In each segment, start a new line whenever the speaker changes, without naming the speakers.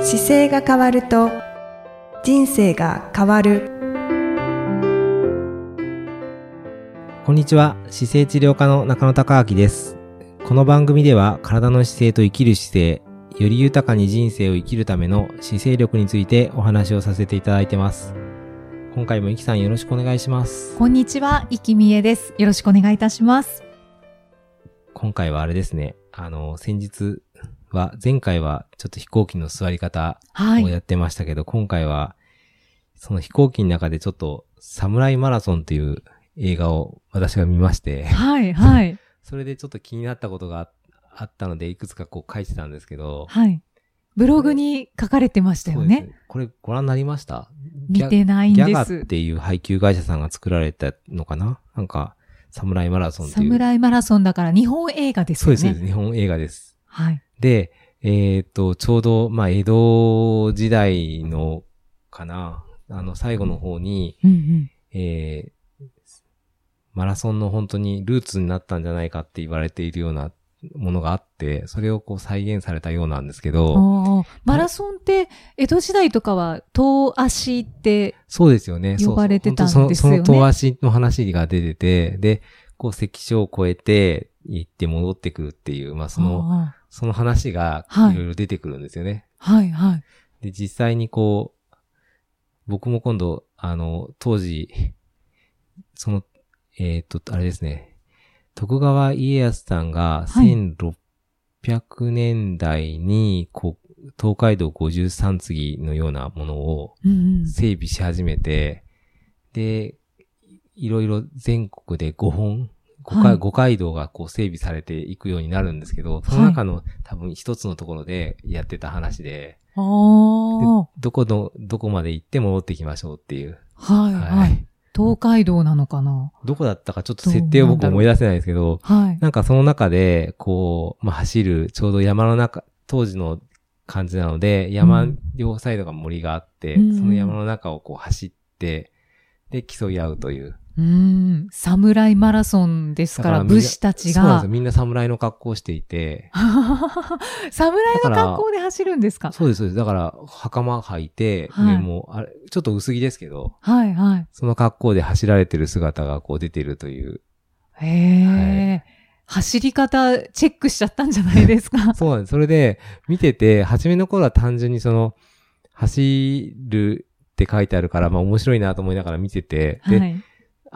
姿勢が変わると人生が変わる
こんにちは姿勢治療科の中野孝明ですこの番組では体の姿勢と生きる姿勢より豊かに人生を生きるための姿勢力についてお話をさせていただいてます今回もいきさんよろしくお願いします
こんにちは、いきみえです。よろしくお願いいたします。
今回はあれですねあの先日は前回はちょっと飛行機の座り方
は
を
い。
やってましたけど、今回は、その飛行機の中でちょっと、サムライマラソンという映画を私が見ま して、
はい、はい、
それでちょっと気になったことがああったので、いくつかこう書いてたんですけど、
はい。ブログに書かれてましたよ
そう
ね
で。す。これご覧になりました
見てないん
ギャ
で
ガっ
す。
ていう配給会社さんが作られたのかななんか、サムライマラソンって
サ
いう。
ムライマラソンだから日本映画です
そう
よ
で
ね。
す、そうです。日本映画です。
はい。
で、えーっと、ちょうど、まあ、江戸時代の、かな、あの、最後の方に、
うんうん。
えーマラソンの本当にルーツになったんじゃないかって言われているようなものがあって、それをこう再現されたようなんですけど、
おーマラソンって、江戸時代とかは、遠足って、
そうですよね。そう
呼ばれてたん
そう本当
ですよね
そのその遠足の話が出てて、で、こう、関所を越えて、行って戻ってくるっていう、まあ、その、
おー
その話が
はいい
ろいろ出てくるんですよね。
はい、はい。
で、実際にこう、僕も今度、あの、当時、その、えっ、と、あれですね、徳川家康さんが
はい
1600年代に、こう、東海道53次のようなものを
うんうん。
整備し始めて、で、いろいろ全国で5本、5
は
回、
い
五街道がこう整備されていくようになるんですけど、その中の、多分一つのところでやってた話で、で
おー
どこの、どこまで行って戻ってきましょうっていう。
はい、
は
はいい。東海道なのかな
どこだったかちょっと設定を僕
どうなんだろう
思い出せないですけど、
はい。
なんかその中で、こう、まあ、走る、ちょうど山の中、当時の感じなので、山、
うん
両サイドが森があって、
うんうん
その山の中をこう走って、で、競い合うという。
うーん。サムライマラソンですか
だから
ら、
みんな
武士たち
そうなんで
が
すよ。、みんな侍の格好をしていて、
侍の格好で走るんですか
そうです、そうです。だから、袴履いて、
はい
上も、あれ、ちょっと薄着ですけど、
はいはい。
その格好で走られてる姿がこう出てるという。
へえ、走り方チェックしちゃったんじゃないですか
そうなんです。それで、見てて、初めの頃は単純にその、走るって書いてあるから、まあ面白いなと思いながら見てて、 で、
はい。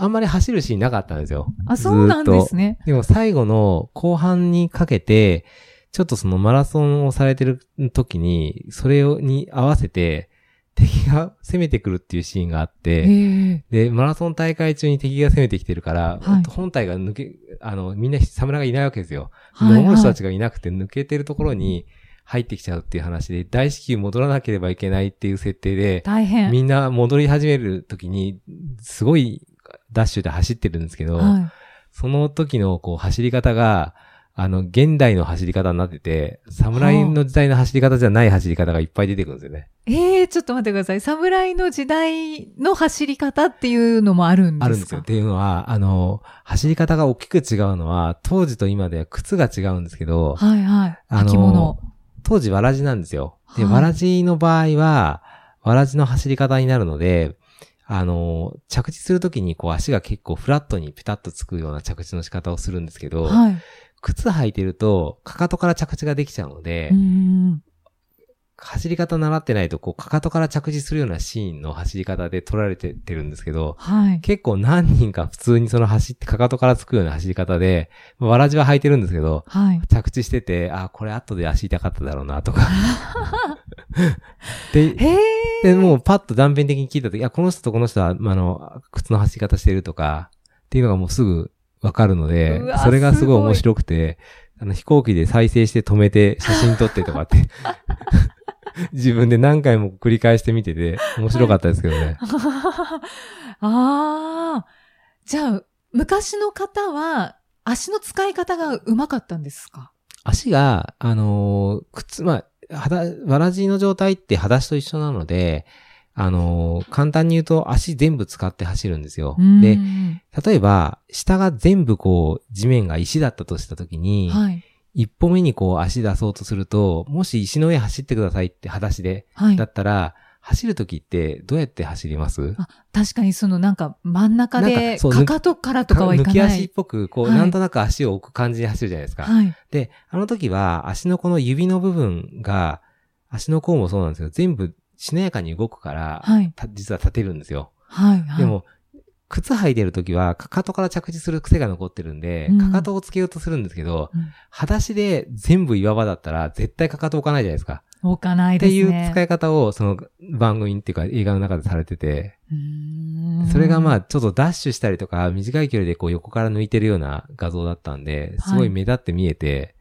あんまり走るシーンなかったんですよ。
あ、そうなんです
ね。
ね。
でも最後の後半にかけて、ちょっとそのマラソンをされてる時に、それをに合わせて、敵が攻めてくるっていうシーンがあっ
へ
て、
え。
で、マラソン大会中に敵が攻めてきてるから、
はい
本体が抜け、あの、みんな侍がいないわけですよ。
はい、
守る人た
は
ちがいなくて抜けてるところに入ってきちゃうっていう話で、大至急戻らなければいけないっていう設定で
い。、大変。
みんな戻り始めるときに、すごいダッシュで走ってるんですけど、
は
その時のこう走り方が、あの、現代の走り方になってて、侍の時代の走り方じゃない走り方がいっぱい出てくるんですよね。
い、ええちょっと待ってください。侍の時代の走り方っていうのもあるんですか
あるんですよ。っていうのは、あの、走り方が大きく違うのは、当時と今では靴が違うんですけど、
はいはい。
あの
履物。
当時わらじなんですよ。で、
はい
わらじの場合は、わらじの走り方になるので、あの、着地するときにこう足が結構フラットにペタッとつくような着地の仕方をするんですけど、
はい。
靴履いてると、かかとから着地ができちゃうので、
うーん。
走り方習ってないと、こう、かかとから着地するようなシーンの走り方で取られてってるんですけど、
はい。
結構何人か普通にその走って、かかとからつくような走り方で、まあわらじは履いてるんですけど、
はい。
着地してて、あ、これ後で足痛かっただろうな、と か。で、
へえ。
で、もうパッと断片的に聞いたとき、いや、この人とこの人は、まああの、靴の走り方してるとか、っていうのがもうすぐわかるので
うわ、
それがすごい
すごい
面白くて、あの、飛行機で再生して止めて、写真撮ってとか って、自分で何回も繰り返して見てて、面白かったですけどね。
あ あ。じゃあ、昔の方は、足の使い方がうまかったんですか
足が、あのー靴、まあ、肌、わらじの状態って裸足と一緒なので、あのー簡単に言うと足全部使って走るんですよ。
う
で、
ん
例えば、下が全部こう、地面が石だったとしたときに、
はい。
一歩目にこう足出そうとすると、もし石の上走ってくださいって裸足で、
はい
だ。ったら、走るときってどうやって走ります
あ、確かにそのなんか真ん中
なん
で、
かそう
かかとからとかはいか
抜き
な
足っ
い。
ぽく、こう、
はい
なんとなく足を置く感じで走るじゃないですか。
はい。
で、あの時は足のこの指の部分が、足の甲もそうなんですけど、全部しなやかに動くから、
はい。
た実は立てるんですよ。
はい。はい
で、も、靴履いてる時は、かかとから着地する癖が残ってるんで、
うん
かかとをつけようとするんですけど、
うん
裸足で全部岩場だったら、絶対かかと置かないじゃないですか。
置かない
って
です
い
ね。
う使い方を、その番組っていうか映画の中でされてて、
うーん
それがまあ、ちょっとダッシュしたりとか、短い距離でこう横から抜いてるような画像だったんで、すごい目立って見えて、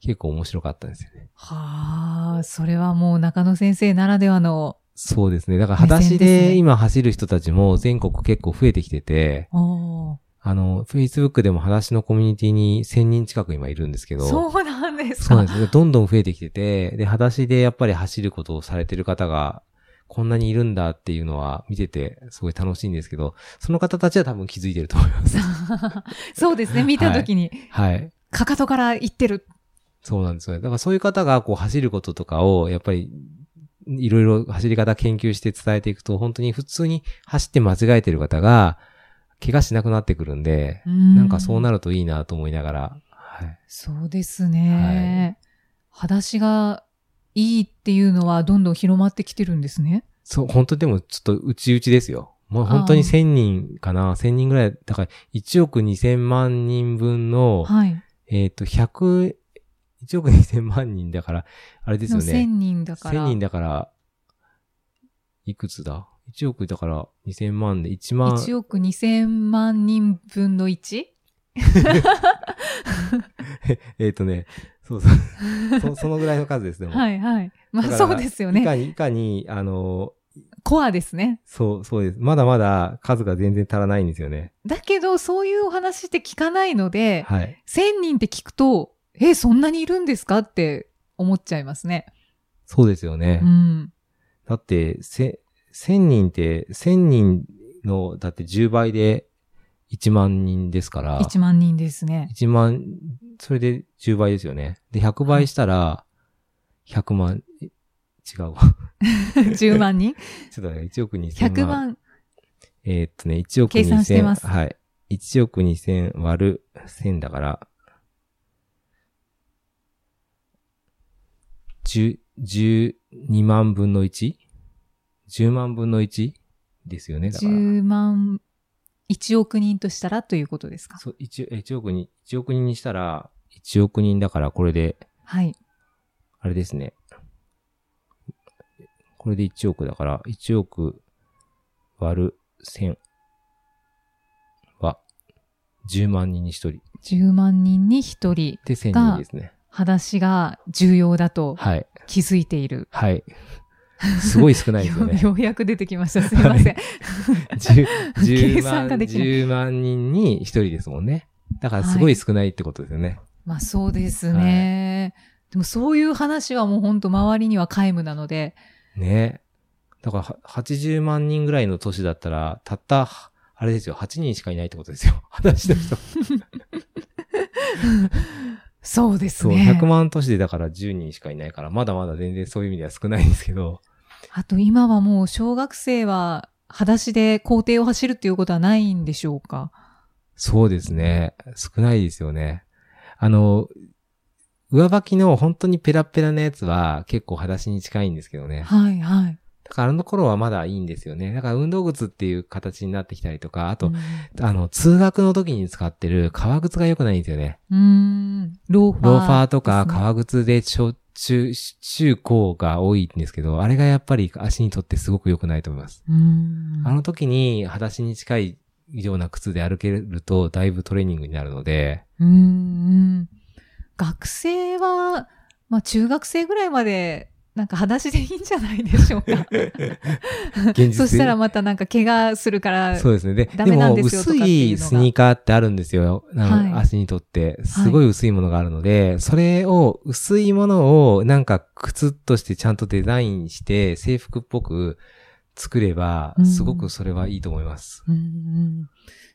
結構面白かったんですよね。
はあ、それはもう中野先生ならではの、
そうですね。だから、
目線
裸足
ですね
で今走る人たちも全国結構増えてきてて、
おー
あの、Facebook でも裸足のコミュニティに1000人近く今いるんですけど、
そうなんです
そう
か。
なんですよ。どんどん増えてきてて、で、裸足でやっぱり走ることをされてる方が、こんなにいるんだっていうのは見てて、すごい楽しいんですけど、その方たちは多分気づいてると思い ます。
そうですね、見たときに、
はい。
かかとから行ってる。
そうなんですよね。だからそういう方がこう走ることとかを、やっぱり、いろいろ走り方研究して伝えていくと、本当に普通に走って間違えてる方が、怪我しなくなってくるんで、な
なん
かそうなるといいなと思いながら、はい。
そうですね。裸足がいいっていうのはどんどん広まってきてるんですね。
そう、本当でもちょっとうちうちですよ。もう本当に
あー
1000人かな、1000人ぐらい、だから1億2000万人分の、
はい。
えっ、と、100、1億2000万人だから、あれですよ
の
ね。
1000人だから。
1000人だから、いくつだ ?1 億だから2000万で1万。
1億2000万人分の 1?
えっとね、そう そう。そそのぐらいの数です、でも。
はいはい。ま
だ
あ
から
そうですよ
い
ね。
かに、いかに、あの、
コアですね。
そう、そうです。まだまだ数が全然足らないんですよね。
だけど、そういうお話って聞かないので、
はい。
1000人って聞くと、え、そんなにいるんですかって思っちゃいますね。
そうですよね。
うん。
だって、せ、1000人って、1000人の、だって10倍で1万人ですから。
1万人ですね。
1万、それで10倍ですよね。で、100倍したら、100万、え違うわ。
10万人
ちょっとね、1億2000
?100
万。
万。
えーっとね、1億2000。
計算してます
はい。1億2000割る1000だから、10、12万分の 1?10 万分の 1? ですよね、だから。
10万、1億人としたらということですか
そう、1, え1億に、1億人にしたら、1億人だから、これで、
はい。
あれですね。これで1億だから、1億割る1000は10万人に1人。
10万人に1人、
で、1000
が
人ですね。
裸足が重要だと
はい。
気づいている。
はい。すごい少ないですよ
よ
ね。
よう やく出てきました。すい ません。
10,
計
10
算
万
ができない
10万人に1人ですもんね。だからすごい少ないってことですよね。
まあそうですね。でもそういう話はもう本当周りには皆無なので、
ね。だからは80万人ぐらいの都市だったら、たった、あれですよ、8人しかいないってことですよ。 話した人。
そうです
そう、
ね。
100万都市でだから10人しかいないから、まだまだ全然そういう意味では少ないんですけど、
あと今はもう小学生は裸足で校庭を走るっていうことはないんでしょうか
そうですね。少ないですよね。あの、上履きの本当にペラペラなやつは結構裸足に近いんですけどね。
はいはい。
だからあの頃はまだいいんですよね。だから運動靴っていう形になってきたりとか、あと、
うん
あの、通学の時に使ってる革靴が良くないんですよね。
うーん。ローファー、
ローファーとか
ですね
革靴で小中、中高が多いんですけど、あれがやっぱり足にとってすごく良くないと思います。
うーん。
あの時に裸足に近いような靴で歩けるとだいぶトレーニングになるの で、
うーん。学生は、まあ中学生ぐらいまで、なんか裸足でいいんじゃないでしょうか。
現実
そしたらまたなんか怪我するから、
そうですね。で、
ダ
で
メなん
も
ですよ
薄
とかっていうのが
いスニーカーってあるんですよ。あの
はい
足にとって。すごい薄いものがあるので、それを、薄いものをなんか靴としてちゃんとデザインして制服っぽく作れば
う、ん
すごくそれはいいと思います。
うんうん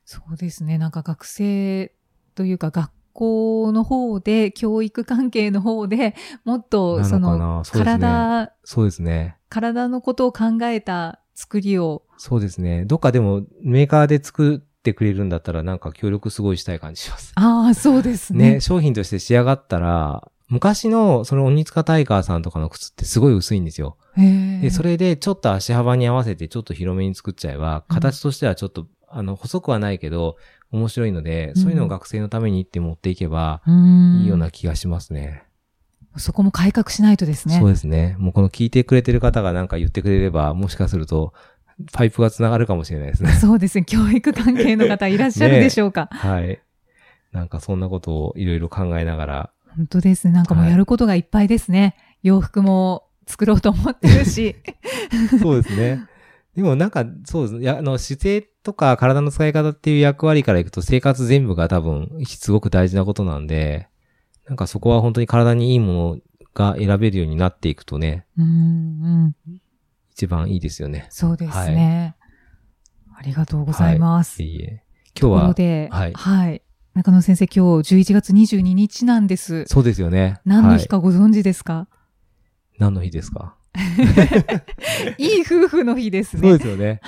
そうですね。なんか学生というか学校の方で、教育関係の方でもっと、
な
そ
のか
の、
なそうですね。そう
体、
ですね。
体のことを考えた作りを、
そうですね。どっかでもメーカーで作ってくれるんだったらなんか協力すごいしたい感じします。
ああ、そうです
ね、
ね。
商品として仕上がったら、昔のその鬼塚タイガーさんとかの靴ってすごい薄いんですよ。
ね
で、それでちょっと足幅に合わせてちょっと広めに作っちゃえば、
うん
形としてはちょっと、あの、細くはないけど、面白いので、
うん
そういうのを学生のためにって持っていけば、
い
いいような気がしますね。
そこも改革しないとですね。
そうですね。もうこの聞いてくれてる方がなんか言ってくれれば、もしかすると、パイプが繋がるかもしれないです ね。
そうですね。教育関係の方いらっしゃるでしょう か。
はい。なんかそんなことをいろいろ考えながら、
本当ですね。なんかもう
はい
やることがいっぱいですね。洋服も作ろうと思ってるし。
そうですね。でもなんか、そうですね。いや、あの、姿勢とか体の使い方っていう役割からいくと、生活全部が多分、すごく大事なことなんで、なんかそこは本当に体にいいものが選べるようになっていくとね、
うんうん。
一番いいですよね。
そうですね。ありがとうございます。
いえいえ。
と
今
こ
日
ろ
は、
で、
はい
中野先生、今日11月22日なんです。
そうですよね。
何の
は
日
い、
かご存知ですか、
何の日ですか
い、い夫婦の日で
そ
す
う
ね。
ですよね。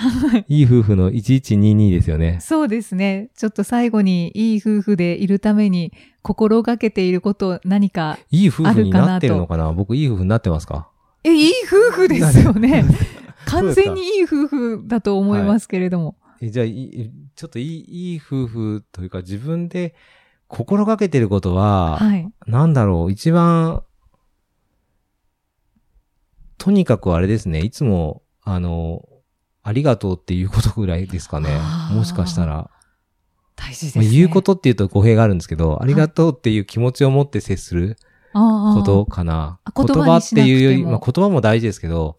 いい夫婦の1122ですよね。
そうですね。ちょっと最後に、いい夫婦でいるために心がけていること何か
いい夫婦になってる
ある
のかな僕、いい夫婦になってますか
え、いい夫婦ですよね。
そう
完
ですか
全にいい夫婦だと思いますけれども。
えじゃあ、いいちょっといい、いい夫婦というか、自分で心がけてることは、
はい。
なんだろう、一番、とにかくあれですね、いつも、あの、ありがとうっていうことぐらいですかね
あ。ー
もしかしたら。
大事です
まあ
ね。
言うことっていうと語弊があるんですけど、ありがとうっていう気持ちを持って接するこ。
こと
かな
あ。ー
言
あ言
葉
葉に
っ
し
て
なくても
いうより、まあ、言葉も大事ですけど、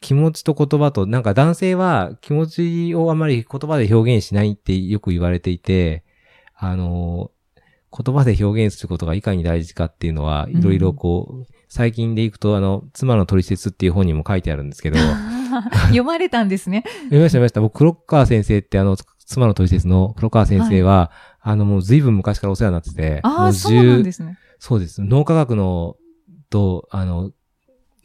気持ちと言葉と、なんか男性は気持ちをあまり言葉で表現しないってよく言われていて、あのー言葉で表現することがいかに大事かっていうのは、
ん
いろいろこう、最近でいくと、あの、妻の取説っていう本にも書いてあるんですけど、読
読まれたんですね。
みました読みました。僕、黒川先生ってあの、妻の取説の黒川先生は、あの、もう随分昔からお世話になってて、
あ
も
あ、
う
そうなん
10
ですね。
そうです。脳科学の、と、あの、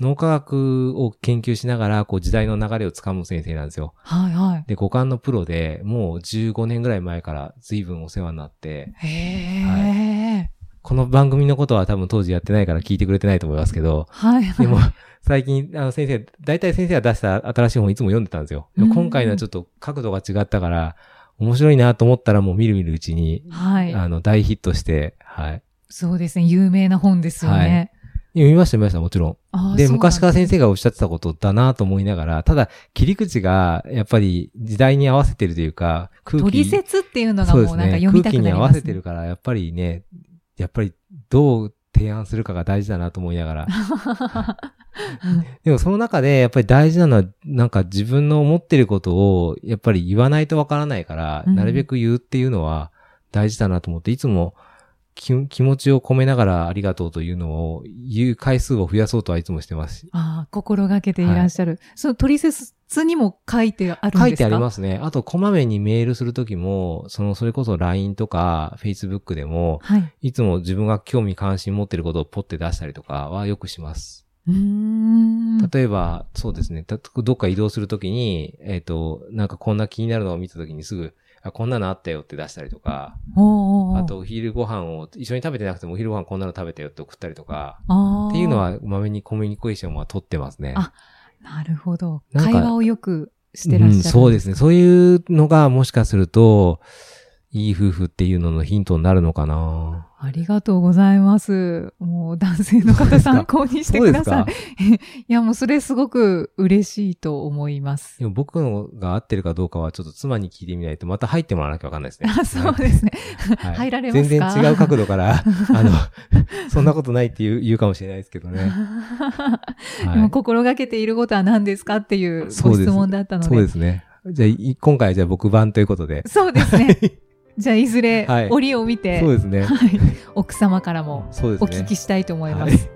脳科学を研究しながら、こう時代の流れをつかむ先生なんですよ。
はいはい。
で、五感のプロで、もう15年ぐらい前から随分お世話になって、
へえ。
この番組のことは多分当時やってないから聞いてくれてないと思いますけど、
はいは
で
い。
も、最近、あの先生、大体先生が出した新しい本いつも読んでたんですよ。でも今回のはちょっと角度が違ったから、面白いなと思ったらもう見る見るうちに、
はい。
あの、大ヒットして、はい。
そうですね。有名な本ですよね。
読みました、読みました、もちろん。
ああ
で、
そうなん
昔から先生がおっしゃってたことだなと思いながら、ただ、切り口が、やっぱり時代に合わせてるというか、空気
取説っていうのが
そう
も
で
う
す
なんか
ね
読みた
空
く
気
な
に
り
合
ま
わ
す
せてるから、やっぱりね、やっぱりどう提案するかが大事だなと思いなが ら。でもその中で、やっぱり大事なのは、なんか自分の思ってることを、やっぱり言わないとわからないから、
うん
なるべく言うっていうのは大事だなと思って、いつも気気持ちを込めながらありがとうというのを言う回数を増やそうとはいつもしてます。
ああ、心がけていらっしゃる。その取説にも書いてあるんですか。
書いてありますすね。あと、こまめにメールするときも、その、それこそ LINE とか Facebook でも、
はい。
いつも自分が興味関心持ってることをポッて出したりとかはよくします。
うーん。
例えば、そうですね。たどっか移動するときに、えっ、と、なんかこんな気になるのを見たときにすぐ、あ、こんなのあったよって出したりとか、
おうおうおう
あと、お昼ご飯を、一緒に食べてなくてもお昼ご飯こんなの食べたよって送ったりとか、
あー
っていうのは、まめにコミュニケーションは取ってますね。
あなるほど。
なんか
会話をよくしてらっしゃる。。
うん。そうですすね。そういうのがもしかすると、いい夫婦っていうののヒントになるのかな
ありがとうございます。もう男性の
そうで
方
すか
参考にしてください。いや、もうそれすごく嬉しいと思います。
でも僕のが合ってるかどうかはちょっと妻に聞いてみないとまた入ってもらわなきゃわかんないです ね。
あそうですね。
はい
入られますか
全然違う角度 から、あの、 そんなことないって言う言うかもしれないですけ どね。
で
は
も
い、
心がけていることは何ですかっていう
そ
ご
うです
質問だったので。
そうですね。じゃあ、い今回はじゃあ僕版ということで。
そうですね。じゃあ、いずれ
はい、
折を見て、
そうですね。
はい奥様からも
そうです
お
ね。
聞きしたいと思いま
は
す。
い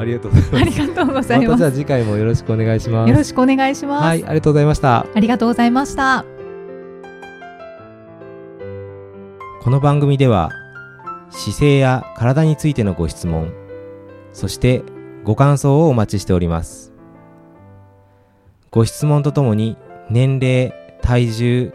ありがとうございます。
ありがと
ま
うござい
た
ます。
じゃ
よ
あ次回もよろしくお願いします。
ろしくお願いします。
はい、ありがとうございました。
ありがとうございました。
この番組では姿勢や体についてのご質問そしてご感想をお待ちしておりますご質問とともに年齢体重